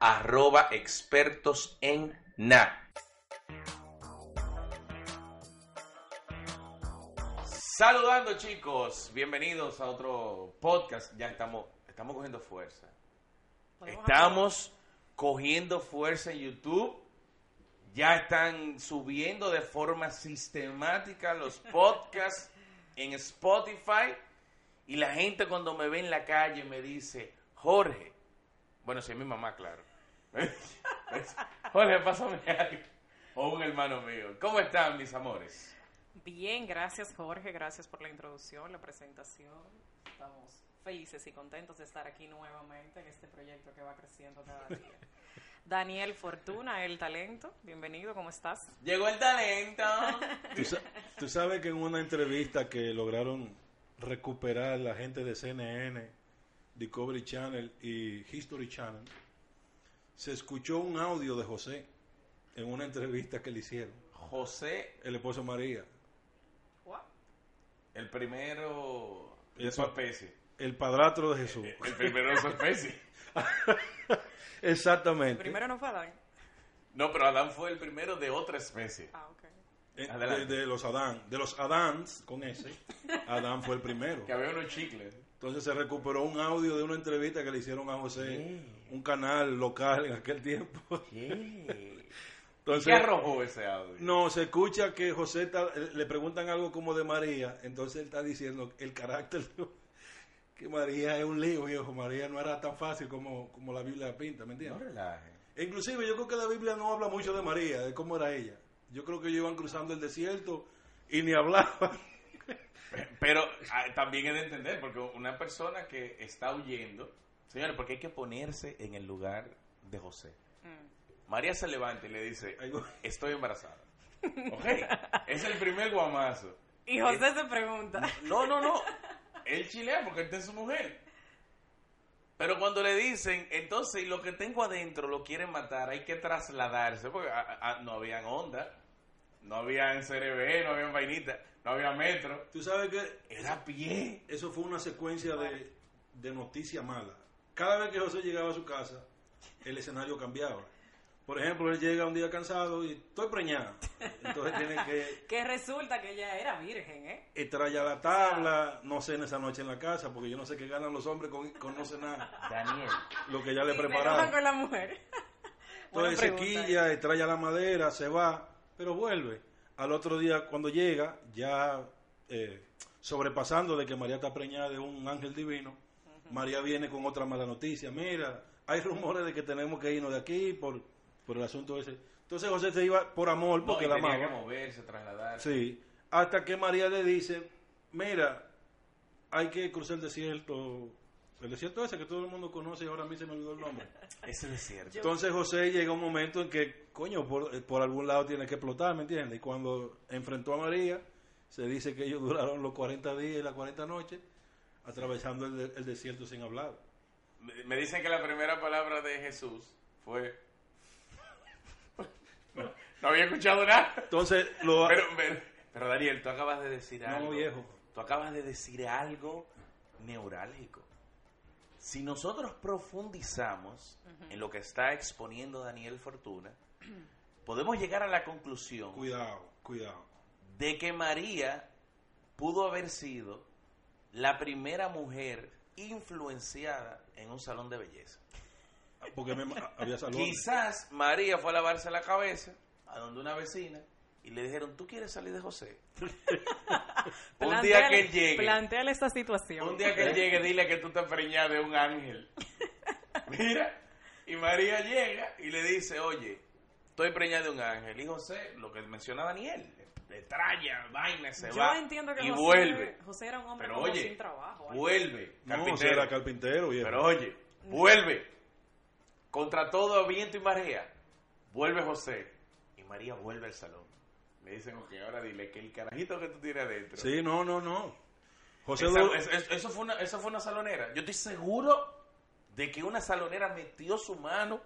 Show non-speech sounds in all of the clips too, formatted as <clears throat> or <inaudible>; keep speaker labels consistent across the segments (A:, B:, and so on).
A: arroba expertos en na. Saludando chicos, bienvenidos a otro podcast. Ya estamos, estamos cogiendo fuerza.
B: Podemos
A: Estamos cogiendo fuerza en YouTube. Ya están subiendo de forma sistemática los podcasts en Spotify. Y la gente cuando me ve en la calle me dice, Jorge. Bueno, si es mi mamá, claro. Jorge, pásame algo. O un hermano mío. ¿Cómo están, mis amores?
B: hablar. Bien, gracias Jorge, gracias por la introducción, la presentación. Estamos felices y contentos de estar aquí nuevamente en este proyecto que va creciendo
A: <laughs>
B: cada día. Daniel Fortuna, el talento, bienvenido, ¿cómo estás?
A: Llegó el talento.
C: Tú, sa- tú sabes que en una entrevista que lograron recuperar la gente de CNN, Discovery Channel y History Channel, se escuchó un audio de José en una entrevista que le hicieron,
A: José,
C: el esposo de María,
B: Wow.
A: el primero de su
C: Eso.
A: especie.
C: el padrastro de Jesús.
A: El primero de su especie.
C: Exactamente.
B: Primero no fue Adán.
A: No, pero Adán fue el primero de otra especie.
B: Ah, ok.
C: Eh,
A: Adelante.
C: de, de los Adán, de los Adans con ese, Adán fue
A: <laughs>
C: el primero.
A: Que había unos chicles.
C: Entonces se recuperó un audio de una entrevista que le hicieron a José, un canal local en aquel tiempo. Entonces,
A: ¿Qué arrojó ese audio?
C: No, se escucha que José está- le preguntan algo como de María, entonces él está diciendo el carácter <laughs> de- que María es un lío, viejo. María no era tan fácil como, como la Biblia la pinta, ¿me
A: No
C: entiendes?
A: relaje.
C: E Inclusive yo creo que la Biblia no habla mucho de María, de cómo era ella. Yo creo que ellos iban cruzando el desierto y ni hablaban. <laughs>
A: Pero ah, también es de entender, porque una persona que está huyendo, señores, porque hay que ponerse en el lugar de José.
B: Mm.
A: María se levanta y le dice,
C: Ay, güey.
A: estoy embarazada. Ok, es el primer guamazo.
B: Y José se pregunta,
A: No, no, no. Él chilea porque esta es su mujer. Pero cuando le dicen, entonces, y lo que tengo adentro lo quieren matar, hay que trasladarse, porque a- a- no habían onda, no habían CRB, no habían vainita, no había metro.
C: Tú sabes que
A: Era a pie.
C: eso fue una secuencia de, de noticias malas. Cada vez que José llegaba a su casa, el escenario cambiaba. Por ejemplo, él llega un día cansado y estoy preñada. Entonces tiene que
B: que resulta que ella era virgen, ¿eh?
C: estrellar la tabla, no cena esa noche en la casa, porque yo no sé qué ganan los hombres con, con no cenar
A: Daniel.
C: lo que ya le
B: Y se enoja
C: prepararon.
B: con la mujer. <laughs> Buena
C: Entonces se
B: pregunta, ¿eh?
C: quilla, estrella la madera, se va, pero vuelve. Al otro día, cuando llega, ya eh, sobrepasando de que María está preñada de un ángel divino, María viene con otra mala noticia. Mira, hay rumores de que tenemos que irnos de aquí por, por el asunto ese. Entonces José se iba por amor,
A: No,
C: porque
A: y
C: la
A: tenía que
C: amaba.
A: moverse, trasladarse.
C: Sí, hasta que María le dice, mira, hay que cruzar el desierto, el desierto ese que todo el mundo conoce y ahora a mí se me olvidó el nombre.
A: Ese desierto.
C: Entonces José llega un momento en que, coño, por, por algún lado tiene que explotar, ¿me entiendes? Y cuando enfrentó a María, se dice que ellos duraron los 40 días y las 40 noches atravesando el, de- el desierto sin hablar.
A: Me me dicen que la primera palabra de Jesús fue... <laughs> No, no había escuchado nada.
C: Entonces, lo,
A: Pero, pero- pero, Daniel, tú acabas de decir
C: No,
A: algo.
C: viejo.
A: Tú acabas de decir algo neurálgico. Si nosotros profundizamos en lo que está exponiendo Daniel Fortuna, <clears throat> podemos llegar a la conclusión
C: cuidado, cuidado.
A: de que María pudo haber sido la primera mujer influenciada en un salón de belleza.
C: Porque me- había salón.
A: Quizás María fue a lavarse la cabeza a donde una vecina y le dijeron, ¿tú quieres salir de José? <laughs> un día que
B: Plantéale-
A: él llegue,
B: Plantéale esta situación.
A: un día que él llegue, dile que tú estás preñada de un
B: <laughs>
A: ángel. Mira, y María llega y le dice, oye, estoy preñada de un ángel. Y José, lo que menciona Daniel, le traya, vaina, se
B: Yo
A: va
B: entiendo que
A: y
B: José,
A: vuelve.
B: José era un hombre
A: Pero
B: como
A: oye,
B: sin trabajo. ¿eh?
A: Vuelve,
C: No, o sea,
A: carpintero.
C: era carpintero, viejo.
A: Pero oye, vuelve. Contra todo viento y marea. Vuelve José. Y María vuelve al salón. Me dicen, ok, ahora dile que el carajito que tú tienes adentro.
C: sí, no, no, no. José
A: Esa-
C: duró-
A: es- es- eso, fue una, eso fue una salonera. Yo estoy seguro de que una salonera metió su mano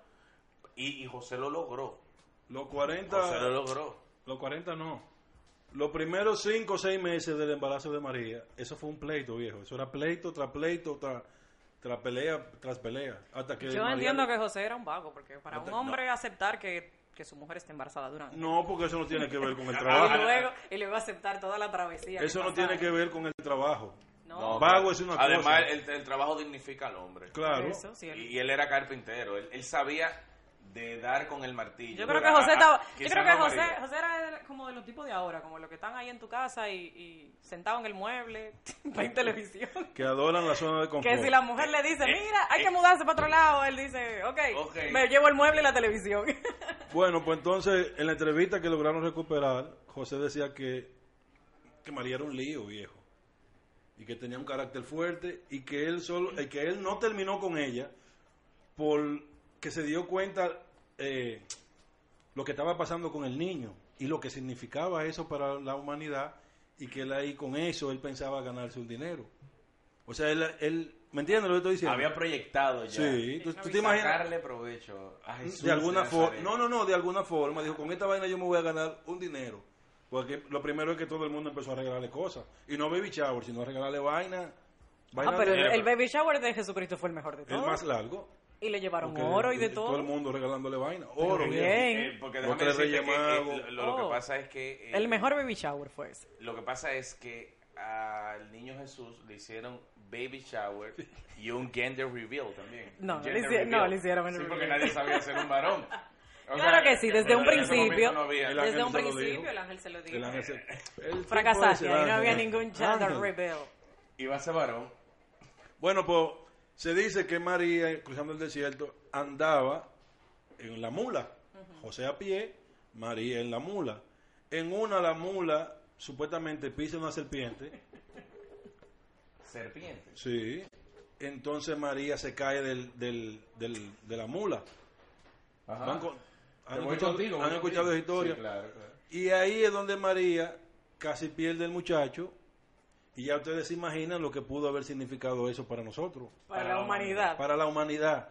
A: y, y José lo logró.
C: los 40...
A: José lo logró.
C: Los 40 no. Los primeros 5 o 6 meses del embarazo de María, eso fue un pleito, viejo. Eso era pleito tras pleito tras Tras pelea, tras pelea. Hasta que
B: Yo
C: María-
B: entiendo que José era un vago, porque para
C: Hasta-
B: un hombre aceptar que, que su mujer está embarazada durante.
C: No, porque eso no tiene que ver
B: <laughs>
C: con el
B: Y
C: trabajo.
B: luego, y luego aceptar toda la travesía.
C: Eso no tiene que ver con el trabajo.
B: No,
C: Vago es una
A: Además,
C: cosa.
A: el, el trabajo dignifica al hombre.
C: Claro.
B: eso, sí, él-
A: Y, y él era carpintero. Él, él sabía de dar con el martillo.
B: Yo creo que
A: Pero,
B: José
A: ah,
B: estaba,
A: ah,
B: yo
A: quizá
B: creo que
A: no
B: José,
A: María.
B: José era de- como de los tipos de ahora, como los que están ahí en tu casa y, y sentado en el mueble, <laughs> en televisión.
C: Que adoran la zona de confort.
B: Que si la mujer le dice,
A: Eh,
B: mira, hay
A: eh.
B: que mudarse para otro lado, él dice, ok,
A: Ok.
B: me llevo el mueble y la televisión.
C: Bueno, pues entonces, en la entrevista que lograron recuperar, José decía que, que María era un lío, viejo. Y que tenía un carácter fuerte y que él solo, y que él no terminó con ella porque se dio cuenta eh, lo que estaba pasando con el niño y lo que significaba eso para la humanidad y que él ahí con eso él pensaba ganarse un dinero. O sea, él, él ¿me entiendes lo que estoy diciendo?
A: Había proyectado ya.
C: sí, tú,
B: una
C: tú te
B: visión.
C: imaginas
A: Sacarle provecho a Jesús.
C: de alguna forma.
A: Nazaret.
C: No, no, no, de alguna forma. Dijo, con esta vaina yo me voy a ganar un dinero. Porque lo primero es que todo el mundo empezó a regalarle cosas. Y no baby shower, sino a regalarle vaina.
B: <laughs>
C: vaina
B: Ah, pero
C: de-
B: el, el
C: el,
B: baby shower de Jesucristo fue el mejor de
C: más
B: todos.
C: largo.
B: Y le llevaron
C: porque
B: oro y de
C: Todo
B: todo.
C: el mundo regalándole vaina. Oro,
B: bien.
C: viejo.
A: Eh, porque déjame
C: Otra
A: decirte
C: Reyes
A: que, eh, lo,
C: Magos.
A: lo
B: Oh.
A: que pasa es que... eh,
B: El mejor baby shower fue ese.
A: Lo que pasa es que al niño Jesús le hicieron baby
C: <laughs>
A: shower y un gender reveal también.
B: No,
A: Un
B: le
A: gender
B: hici-
A: reveal.
B: no, le hicieron el
A: Sí,
B: reveal.
A: porque nadie sabía ser un
B: <laughs>
A: varón. O
B: Claro
A: sea,
B: que sí, desde
A: en
B: un
A: ese momento
B: principio.
A: no había.
C: El ángel
B: Desde un
C: se lo
B: principio
C: dijo.
B: el ángel se lo dijo.
C: El ángel se- el tipo
B: Fracasaste,
C: ese
B: ahí no
C: ángel.
B: había ningún gender
C: Ángel.
B: reveal.
A: Iba a ser varón.
C: Bueno, pues se dice que María, cruzando el desierto, andaba en la mula. José a pie, María en la mula. En una la mula supuestamente pisa una serpiente.
A: <laughs> Serpiente.
C: Sí. Entonces María se cae del, del, del- de la mula.
A: Ajá.
C: Van con-
A: Te
C: ¿Han
A: voy
C: escuchado,
A: contigo, voy
C: han
A: contigo.
C: escuchado la historia?
A: Sí, claro, claro.
C: Y ahí es donde María casi pierde el muchacho. Y ya ustedes se imaginan lo que pudo haber significado eso para nosotros.
B: Para,
A: Para
B: la
A: la
B: humanidad.
C: para la humanidad.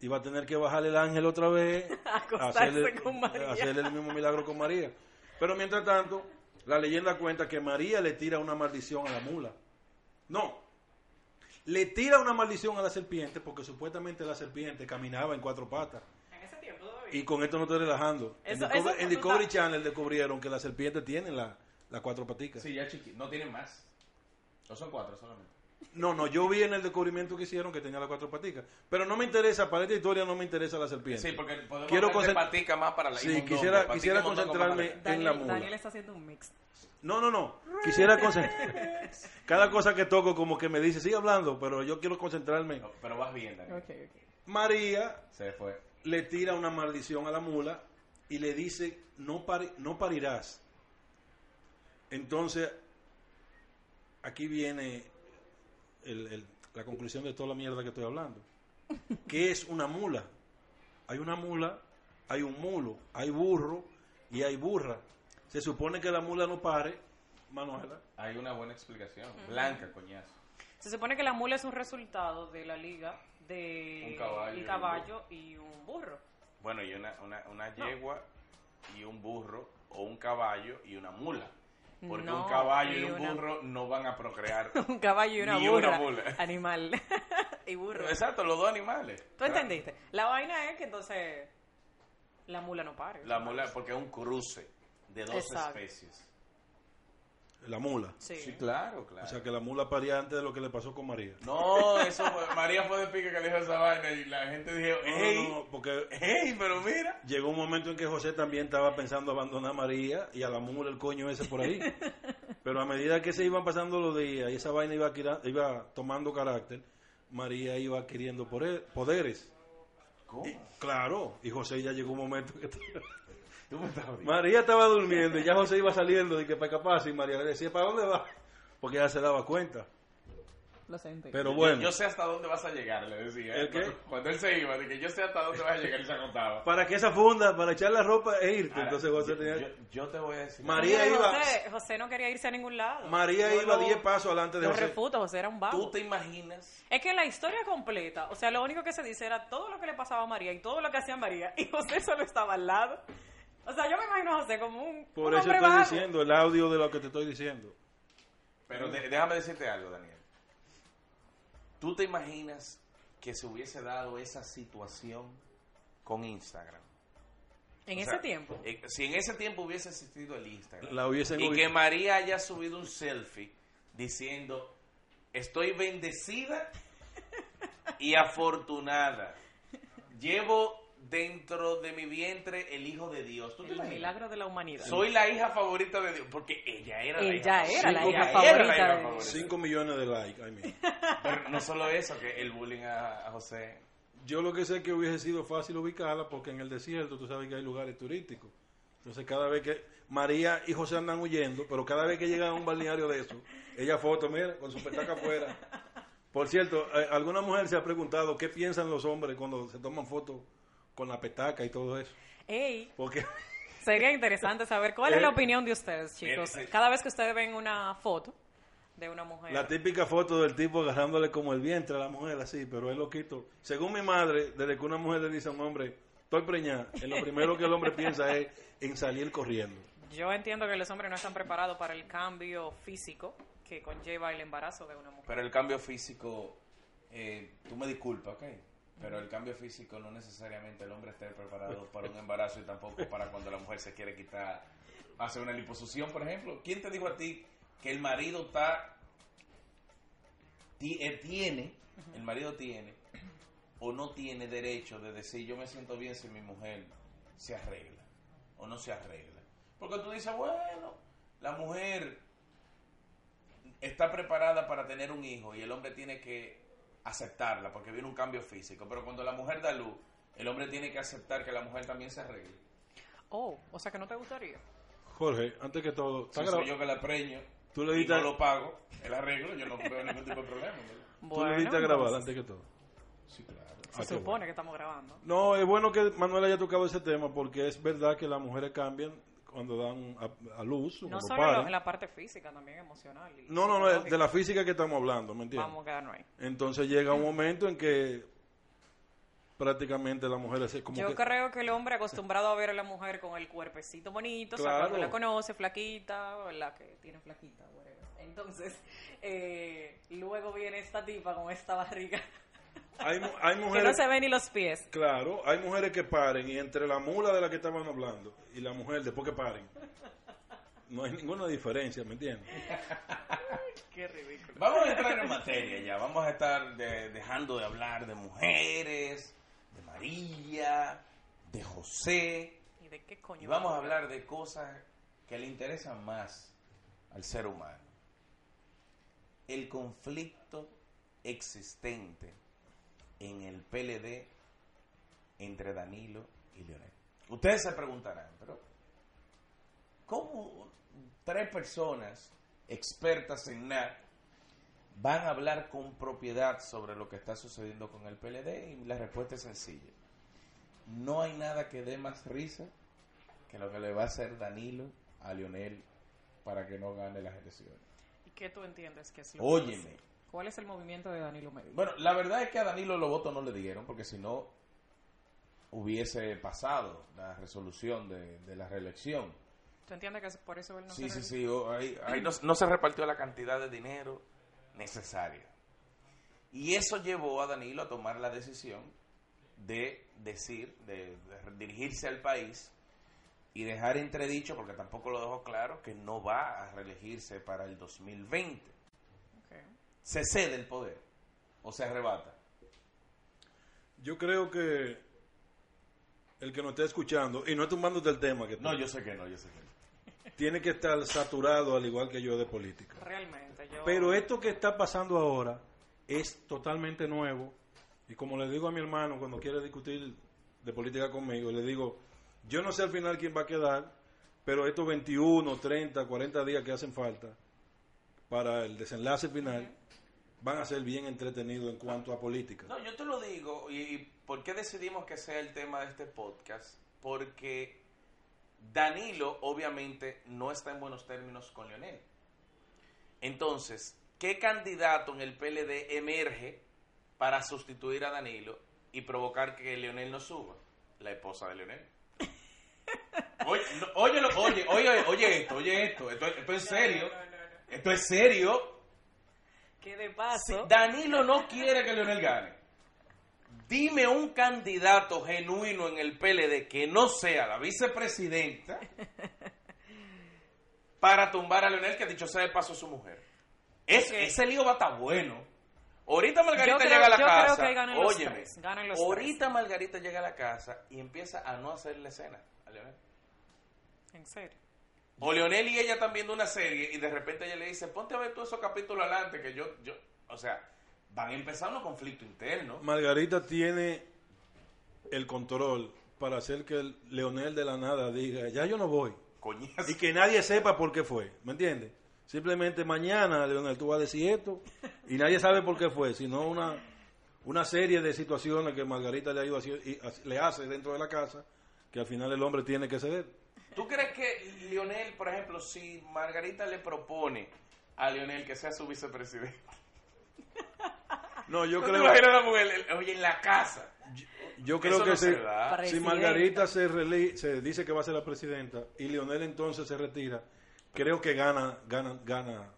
C: Iba a tener que bajar el ángel
B: <laughs>
C: otra vez,
B: Acostarse con María.
C: hacerle el mismo milagro con María. Pero mientras tanto, la leyenda cuenta que María le tira una maldición a la mula. No, le tira una maldición a la serpiente porque supuestamente la serpiente caminaba en cuatro patas.
B: En ese tiempo todavía.
C: Y con esto no estoy relajando.
B: Eso-
C: en, Discover-
B: eso-
C: en
B: tú
C: Discovery
B: estás-
C: Channel descubrieron que la serpiente tiene la- las cuatro paticas.
A: Sí, ya chiquito. No tienen más. No son cuatro solamente.
C: No, no, yo vi en el descubrimiento que hicieron que tenía las cuatro paticas. Pero no me interesa, para esta historia no me interesa la serpiente.
A: Sí, porque podemos
C: Quiero
A: hablar de
C: concent-
A: patica más para la
C: Sí,
A: inmundombia,
C: quisiera-
A: patica
C: quisiera
A: un montón
C: concentrarme-
A: para la-
C: en la mula.
B: Daniel está haciendo un mix.
C: No, no, no. Quisiera concentrar. Cada cosa que toco como que me dice, sigue hablando, pero yo quiero concentrarme.
A: No, pero vas bien, Daniel.
B: Ok, ok.
C: María
A: Se fue.
C: le tira una maldición a la mula y le dice, no, pari- no parirás. Entonces, aquí viene el- el- la conclusión de toda la mierda que estoy hablando. ¿Qué es una mula? Hay una mula, hay un mulo, hay burro y hay burra. Se supone que la mula no pare, Manuela.
A: Hay una buena explicación. Blanca, coñazo.
B: Se supone que la mula es un resultado de la liga de
A: Un caballo
B: un caballo y un burro. <laughs>
A: Bueno, y una, una, una yegua y un burro, o un caballo y una mula. Porque
B: No,
A: un caballo y
B: y
A: un
B: una-
A: burro no van a procrear.
B: <laughs> Un caballo y una
A: Ni
B: burra.
A: una mula.
B: Animal. <laughs> y burro.
A: Exacto, los dos animales.
B: ¿Tú entendiste? La vaina es que entonces la mula no pare.
A: La mula, porque es un cruce de dos
B: Exacto.
A: especies.
C: La mula.
B: Sí.
A: claro, claro.
C: O sea que la mula paría antes de lo que le pasó con María.
A: No, eso fue- María fue de pique que le dijo esa vaina y la gente dijo,
C: No,
A: ¡Ey!
C: no, no, porque
A: ¡Ey! Pero mira.
C: llegó un momento en que José también estaba pensando abandonar a María y a la mula el coño ese
A: <laughs>
C: por ahí. Pero a medida que se iban pasando los días y esa vaina iba, adquira- iba tomando carácter, María iba adquiriendo poder- poderes. Y- claro, y José ya llegó un momento que... <laughs>
A: Tú me estás jodiendo.
C: María estaba durmiendo y ya José iba saliendo de que para escaparse y María le decía, ¿para dónde va? Porque ya se daba cuenta.
B: Lo sentí.
C: Pero bueno.
A: Yo, yo sé hasta dónde vas a llegar, le decía. ¿eh?
C: ¿El qué?
A: Cuando él se iba, dije, yo sé hasta dónde vas a llegar y se acostaba.
C: Para que esa funda, para echar la ropa e irte.
A: Ahora,
C: Entonces José
A: yo-
C: tenía...
A: yo, yo te voy a decir.
C: María iba-
B: José, José no quería irse a ningún lado.
C: María
B: Yo
C: iba
B: lo-
C: 10 pasos adelante de
B: Lo
C: José.
B: refuto, José era un
A: ¿Tú
B: vago.
A: te imaginas?
B: Es que la historia completa, o sea, lo único que se dice era todo lo que le pasaba a María y todo lo que hacía María, <laughs> y José solo estaba al lado. O sea, yo me imagino a José como un,
C: Por
B: un
C: eso
B: hombre
C: estoy
B: vago.
C: diciendo el audio de lo que te estoy diciendo.
A: Pero de- déjame decirte algo, Daniel. ¿Tú te imaginas que se hubiese dado esa situación con Instagram.
B: En
A: O
B: ese
A: sea,
B: tiempo.
A: eh, si en ese tiempo hubiese existido el Instagram
C: La hubiesen
A: y
C: ubi-
A: que María haya subido un selfie diciendo, estoy bendecida y afortunada. Llevo dentro de mi vientre el Hijo de Dios. ¿Tú te
B: El
A: imaginas?
B: milagro de la humanidad.
A: Soy la hija favorita de Dios, porque ella era la
B: Ella
A: hija,
B: era la
A: Ella
B: hija
A: era
B: favorita
A: hija
B: de Dios.
A: favorita.
C: Cinco millones de likes.
B: <laughs>
C: ay, mira.
A: Pero no solo eso, que el bullying a, a José.
C: Yo lo que sé es que hubiese sido fácil ubicarla porque en el desierto tú sabes que hay lugares turísticos. Entonces cada vez que María y José andan huyendo, pero cada vez que llegan a un balneario de eso, ella foto, mira, con su petaca afuera. Por cierto, eh, alguna mujer se ha preguntado qué piensan los hombres cuando se toman fotos con la petaca y todo eso.
B: Ey,
C: Porque
B: sería interesante saber cuál es la
C: Eh,
B: opinión de ustedes, chicos.
A: eh, eh.
B: Cada vez que ustedes ven una foto de una
C: la
B: mujer.
C: típica foto del tipo agarrándole como el vientre a la mujer así, pero él lo quito. Según mi madre, desde que una mujer le dice a un hombre, estoy preñada, en lo primero que el
B: <laughs>
C: hombre piensa es en salir corriendo.
B: Yo entiendo que los hombres no están preparados para el cambio físico que conlleva el embarazo de una mujer.
A: Pero el cambio físico, eh, tú me disculpas, ¿ok? Pero el cambio físico no necesariamente el hombre esté preparado para un embarazo y tampoco para cuando la mujer se quiere quitar, hacer una liposucción, por ejemplo. ¿Quién te dijo a ti que el marido está, ti- eh, tiene, el marido tiene o no tiene derecho de decir yo me siento bien si mi mujer se arregla o no se arregla? Porque tú dices, bueno, la mujer está preparada para tener un hijo y el hombre tiene que aceptarla porque viene un cambio físico. Pero cuando la mujer da luz, el hombre tiene que aceptar que la mujer también se arregle.
B: Oh, o sea que no te gustaría.
C: Jorge, antes que todo,
A: Si
C: ¿está grabado?
A: soy yo que la preño
C: Tú le
A: y
C: diste-
A: no lo pago, el arreglo, yo no veo ningún tipo de problema. ¿verdad?
C: Tú le diste a
B: entonces,
C: grabar antes que todo.
A: Sí, claro.
C: Ah, qué
B: pues, Se supone que estamos grabando.
C: bueno. No, es bueno que Manuel haya tocado ese tema porque es verdad que las mujeres cambian cuando dan a, a luz. o
B: No
C: cuando
B: solo
C: paren.
B: lo- en la parte física, también emocional. y
C: no, no, no, es de la
B: psicológica.
C: física que estamos hablando, ¿me entiendes?
B: Vamos a quedarnos ahí.
C: Entonces llega un momento en que prácticamente la mujer es como
B: Yo
C: que...
B: creo que el hombre acostumbrado a ver a la mujer con el cuerpecito bonito, o sea,
C: Claro.
B: cuando la conoce, flaquita, o la que tiene flaquita, whatever. Entonces, eh, luego viene esta tipa con esta
C: <laughs>
B: barriga,
C: Hay, mu-
B: <laughs>
C: hay
B: que no
C: mujeres...
B: se ve ni los pies.
C: Claro, hay mujeres que paren y entre la mula de la que estaban hablando y la mujer después que paren, no hay ninguna diferencia, ¿me entiendes?
B: Qué ridículo.
A: Vamos a entrar en materia ya. Vamos a estar de- dejando de hablar de mujeres, de María, de José.
B: ¿Y de qué
A: Y
B: coño?
A: vamos a hablar de cosas que le interesan más al ser humano. El conflicto existente en el PLD entre Danilo y Leonel. Ustedes se preguntarán, pero ¿cómo tres personas expertas en nada van a hablar con propiedad sobre lo que está sucediendo con el PLD? Y la respuesta es sencilla. No hay nada que dé más risa que lo que le va a hacer Danilo a Lionel para que no gane las elecciones.
B: ¿Y qué tú entiendes que es lo que
A: Óyeme.
B: hace? ¿Cuál es el movimiento de Danilo Medina?
A: Bueno, la verdad es que a Danilo los votos no le dieron, porque si no hubiese pasado la resolución de, de la reelección.
B: ¿Tú entiendes que es por eso él no
A: sí,
B: se
A: sí,
B: re-
A: sí, o- ahí- ahí no, no se repartió la cantidad de dinero necesaria. Y eso llevó a Danilo a tomar la decisión de decir, de, de dirigirse al país y dejar entredicho, porque tampoco lo dejó claro, que no va a reelegirse para el 2020.
B: Ok.
A: ¿Se cede el poder o se arrebata?
C: Yo creo que el que nos esté escuchando, y no tumbándote el tema, que
A: No, yo sé que no, yo sé que no.
C: tiene que estar saturado al igual que yo de política.
B: Realmente, yo...
C: Pero esto que está pasando ahora es totalmente nuevo. Y como le digo a mi hermano cuando quiere discutir de política conmigo, le digo, yo no sé al final quién va a quedar, pero estos 21, 30, 40 días que hacen falta para el desenlace final van a ser bien entretenidos en cuanto a política.
A: No, yo te lo digo, y, y por qué decidimos que sea el tema de este podcast, porque Danilo obviamente no está en buenos términos con Leonel. Entonces, ¿qué candidato en el PLD emerge para sustituir a Danilo y provocar que Leonel no suba? La esposa de Leonel. <laughs> Oye, no, óyelo, oye, oye, oye esto, oye esto, esto, esto es
B: No, no,
A: serio,
B: no, no, no.
A: esto es serio.
B: Que de paso...
A: Danilo no quiere que Leonel gane. Dime un candidato genuino en el PLD que no sea la
B: <laughs>
A: vicepresidenta para tumbar a Leonel, que dicho sea de paso es su mujer. Es,
B: Ok.
A: Ese lío va a estar bueno. Ahorita Margarita
B: Yo creo-
A: llega a la
B: yo creo
A: casa.
B: que ganan los
A: Óyeme,
B: tres, ganan los
A: ahorita Margarita llega a la casa y empieza a no hacerle cena a Leonel.
B: En serio.
A: O Leonel y ella están viendo una serie y de repente ella le dice, ponte a ver todos esos capítulos adelante que yo, yo, o sea, van a empezar unos conflictos internos.
C: Mm. Margarita tiene el control para hacer que el Leonel de la nada diga, ya yo no voy.
A: <laughs> Coñazo.
C: Y que nadie sepa por qué fue, ¿me entiendes? Simplemente mañana, Leonel, tú vas a decir esto y nadie sabe por qué fue, sino una, una serie de situaciones que Margarita le, ha ido haci- y hac- le hace dentro de la casa que al final el hombre tiene que ceder.
A: ¿Tú crees que Leonel, por ejemplo, si Margarita le propone a Leonel que sea su vicepresidente?
C: No,
A: <laughs>
C: yo
A: ¿No te
C: creo,
A: imaginas la mujer, el- oye, en la casa?
C: yo creo
A: Eso
C: que
A: no
C: sí.
A: se da.
B: Para-
C: Si
B: Presidenta.
C: Margarita se, reli- se dice que va a ser la presidenta y Leonel entonces se retira, creo que gana, gana, gana,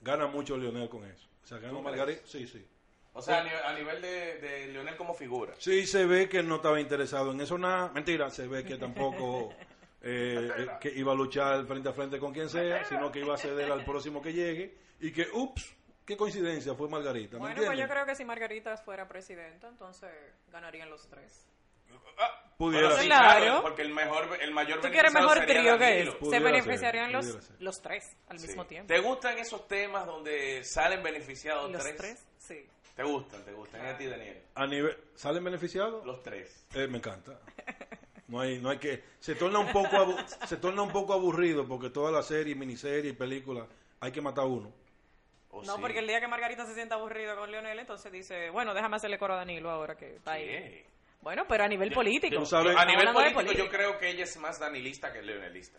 C: gana mucho Leonel con eso. O sea, gana
A: ¿Tú
C: Margarita, sí, sí.
A: O sea, a nivel, a nivel de, de Leonel como figura.
C: Sí, se ve que no estaba interesado en eso nada. Mentira, se ve que tampoco eh, eh, que iba a luchar frente a frente con quien sea, sino que iba a ceder al próximo que llegue y que, ups, qué coincidencia, fue Margarita. ¿me
B: Bueno, pues
C: entiendes?
B: yo creo que si Margarita fuera presidenta, entonces ganarían los tres.
C: Pudiera
A: Bueno,
C: ser.
B: Claro.
A: Porque el, mejor, el mayor
B: ¿Tú quieres
A: beneficiado
B: mejor
A: sería
B: trío que
A: Danilo.
B: es? Se
C: Pudiera ser,
B: beneficiarían
C: pudiera
B: los,
C: ser.
B: los tres al
A: Sí.
B: mismo tiempo.
A: ¿Te gustan esos temas donde salen beneficiados
B: Los
A: tres?
B: tres, sí.
A: ¿Te gustan? ¿Te gustan? ¿Y a ti, Daniel?
C: A nivel, ¿Salen beneficiados?
A: Los tres.
C: Eh, me encanta. No hay, no hay que. Se torna un poco, abu- se torna un poco aburrido porque toda la serie, miniserie y película hay que matar uno.
A: ¿O
B: No,
A: Pues sí?
B: porque el día que Margarita se sienta aburrida con Leonel, entonces dice, bueno, déjame hacerle coro a Danilo ahora que está ahí.
A: Sí.
B: Bueno, pero a nivel político.
C: tú sabes-
A: a nivel
B: Hablando de
A: político, yo
B: política.
A: creo que ella es más danilista que leonelista.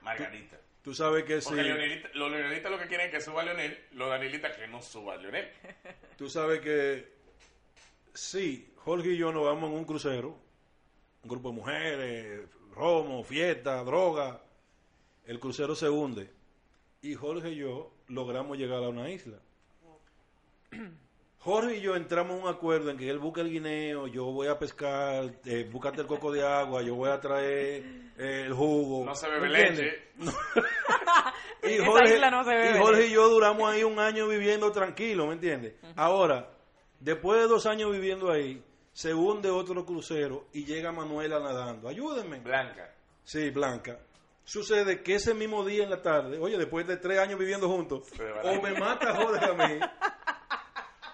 A: Margarita.
C: Tú sabes que si,
A: Porque leonelita- los leonelistas lo que quieren es que suba Leonel, los danilistas que no suba Leonel.
C: tú sabes que sí, Jorge y yo nos vamos en un crucero, un grupo de mujeres, romo, fiesta, droga. El crucero se hunde y Jorge y yo logramos llegar a una isla. Jorge y yo entramos en un acuerdo en que él busca el guineo, yo voy a pescar, eh, búscate el coco de agua, yo voy a traer eh, el jugo.
A: No se bebe
C: ¿Me entiendes?
A: leche.
C: Y
B: Esa
C: Jorge,
B: isla no se bebe
C: y Jorge
B: leche.
C: y yo duramos ahí un año viviendo tranquilo, ¿me entiendes? Ahora, después de dos años viviendo ahí, se hunde otro crucero y llega Manuela nadando. Ayúdenme.
A: Blanca.
C: Sí, Blanca. Sucede que ese mismo día en la tarde, oye, después de tres años viviendo juntos,
A: Se va la
C: o me mata Jorge a
A: <laughs>
C: mí,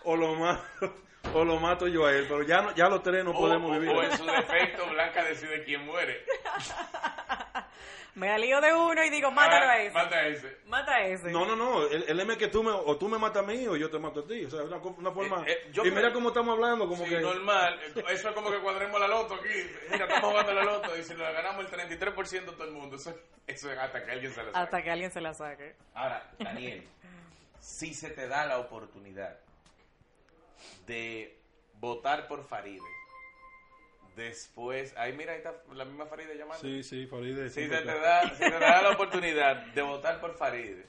C: o lo mato, o lo mato yo a él, pero ya, no- ya los tres no
A: O-
C: podemos
A: o-
C: vivir.
A: o en su defecto, Blanca decide quién muere.
B: Me alío de uno y digo, mátalo
A: Ah,
B: a ese.
A: Mata a ese.
B: Mata a ese.
C: No, no, no. El, el M que tú me, o tú me matas a mí o yo te mato a ti. O sea, una, co- una forma.
A: Eh, eh, yo
C: y
A: creo-
C: mira cómo estamos hablando, como
A: Sí,
C: que.
A: normal. Eso es como que cuadremos la loto aquí. Mira, estamos jugando la loto y si nos ganamos el 33% todo el mundo. Eso, eso es hasta que alguien se la saque.
B: Hasta que alguien se la saque.
A: Ahora, Daniel, si se te da la oportunidad de votar por Faride, después, ahí mira, ahí está la misma Faride llamando.
C: Sí, sí, Faride.
A: si,
C: siempre
A: se te
C: está.
A: da, si se te da la oportunidad de votar por Faride,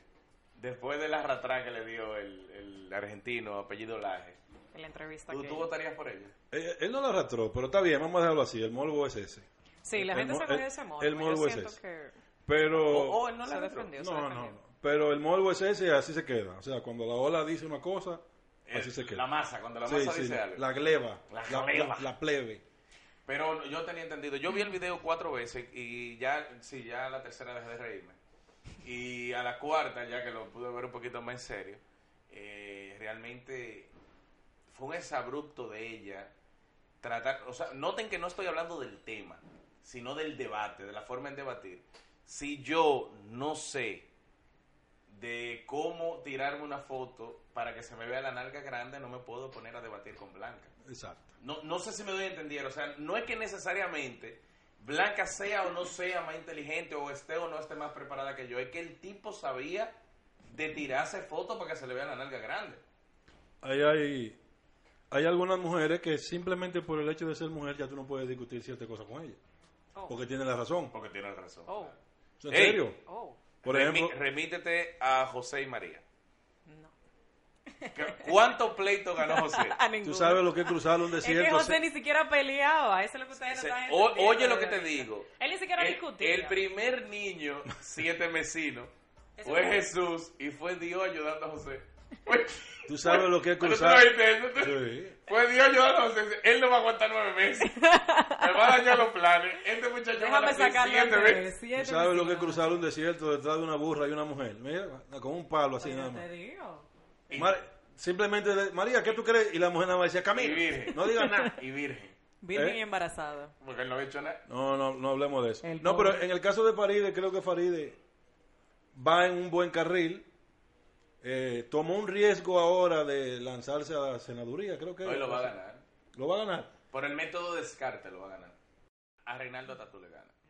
A: después de la ratrá que le dio el, el argentino, apellido Laje,
B: En la entrevista
A: ¿tú,
B: que-
A: tú votarías por ella?
C: Eh, él no la arrastró, pero está bien, vamos a dejarlo así. El morbo es ese.
B: Sí, la
C: el
B: gente
C: mo-
B: se cogió
C: el-
B: ese morbo.
C: el morbo
B: Yo
C: es
B: siento
C: ese.
B: que
C: Pero.
A: O, o él no
B: se
A: la arrastró.
B: defendió. se
C: no, no,
B: defendió.
C: no. Pero el morbo es ese, así se queda. O sea, cuando la ola dice una cosa,
A: Eh,
C: así se
A: La
C: queda.
A: masa, cuando la
C: Sí,
A: masa
C: sí,
A: dice
C: la-
A: algo.
C: la gleba.
A: La
C: la-
A: gleba.
C: la- la plebe.
A: Pero yo tenía entendido, yo vi el video cuatro veces y ya, sí, ya la tercera dejé de reírme. Y a la cuarta, ya que lo pude ver un poquito más en serio, eh, realmente fue un exabrupto de ella tratar, o sea, noten que no estoy hablando del tema, sino del debate, de la forma en debatir. Si yo no sé de cómo tirarme una foto para que se me vea la nalga grande, no me puedo poner a debatir con Blanca.
C: Exacto.
A: No, no sé si me doy a entender. O sea, no es que necesariamente Blanca sea o no sea más inteligente o esté o no esté más preparada que yo. Es que el tipo sabía de tirarse fotos para que se le vea la nalga grande.
C: Ahí hay. Hay algunas mujeres que simplemente por el hecho de ser mujer ya tú no puedes discutir ciertas cosas con ellas.
B: Oh,
C: Porque tiene la razón.
A: Porque tienes razón.
B: oh,
C: ¿En
A: Ey.
C: serio?
B: oh,
C: Por
A: Remi-
C: ejemplo,
A: remítete a José y María.
B: no.
A: ¿Cuántos pleitos ganó
B: <laughs>
A: José?
B: A ninguno.
C: Tú sabes lo que es cruzar un
B: Es que
C: desierto.
B: José ni siquiera peleaba, eso es lo que ustedes
A: Se-
B: no están
A: o-
B: entendiendo,
A: oye lo que te
B: Lorenzo.
A: digo.
B: Él ni siquiera
A: El,
B: discutía.
A: el primer niño, siete mesino,
B: Ese
A: fue
B: fue-
A: Jesús y fue Dios ayudando a José.
C: Tú sabes lo que es
A: ¿Tú no
C: cruzar.
A: oíste eso? Tú-
C: Sí.
A: Fue Pues Dios ayudando a José. Él no va a aguantar nueve meses. Me va a dañar los planes. Este muchacho va a
B: Déjame
A: nacer
B: sacarlo
A: siete
B: antes de
A: veces.
B: siete
C: ¿Tú sabes lo que es
B: vecinos.
C: cruzar un desierto detrás de una burra y una mujer? Mira, con un palo así
B: Oye,
C: nada
B: te
C: más.
B: digo.
A: Y-
C: Mar- simplemente, le- María, ¿qué tú crees? Y la mujer nada más decía,
A: Y
C: camina.
A: virgen.
C: No digas
A: <laughs>
C: nada.
A: Y virgen.
B: Virgen
C: ¿Eh?
B: y embarazada.
A: Porque él no había hecho nada.
C: No, no, no hablemos de eso.
B: El
C: no, pero
B: pobre.
C: en el caso de Faride, creo que Faride va en un buen carril. eh, tomó un riesgo ahora de lanzarse a la senaduría, creo que.
A: Hoy lo va a ganar.
C: Lo va a ganar.
A: Por el método descarte lo va a ganar. A Reinaldo Tatu le gana.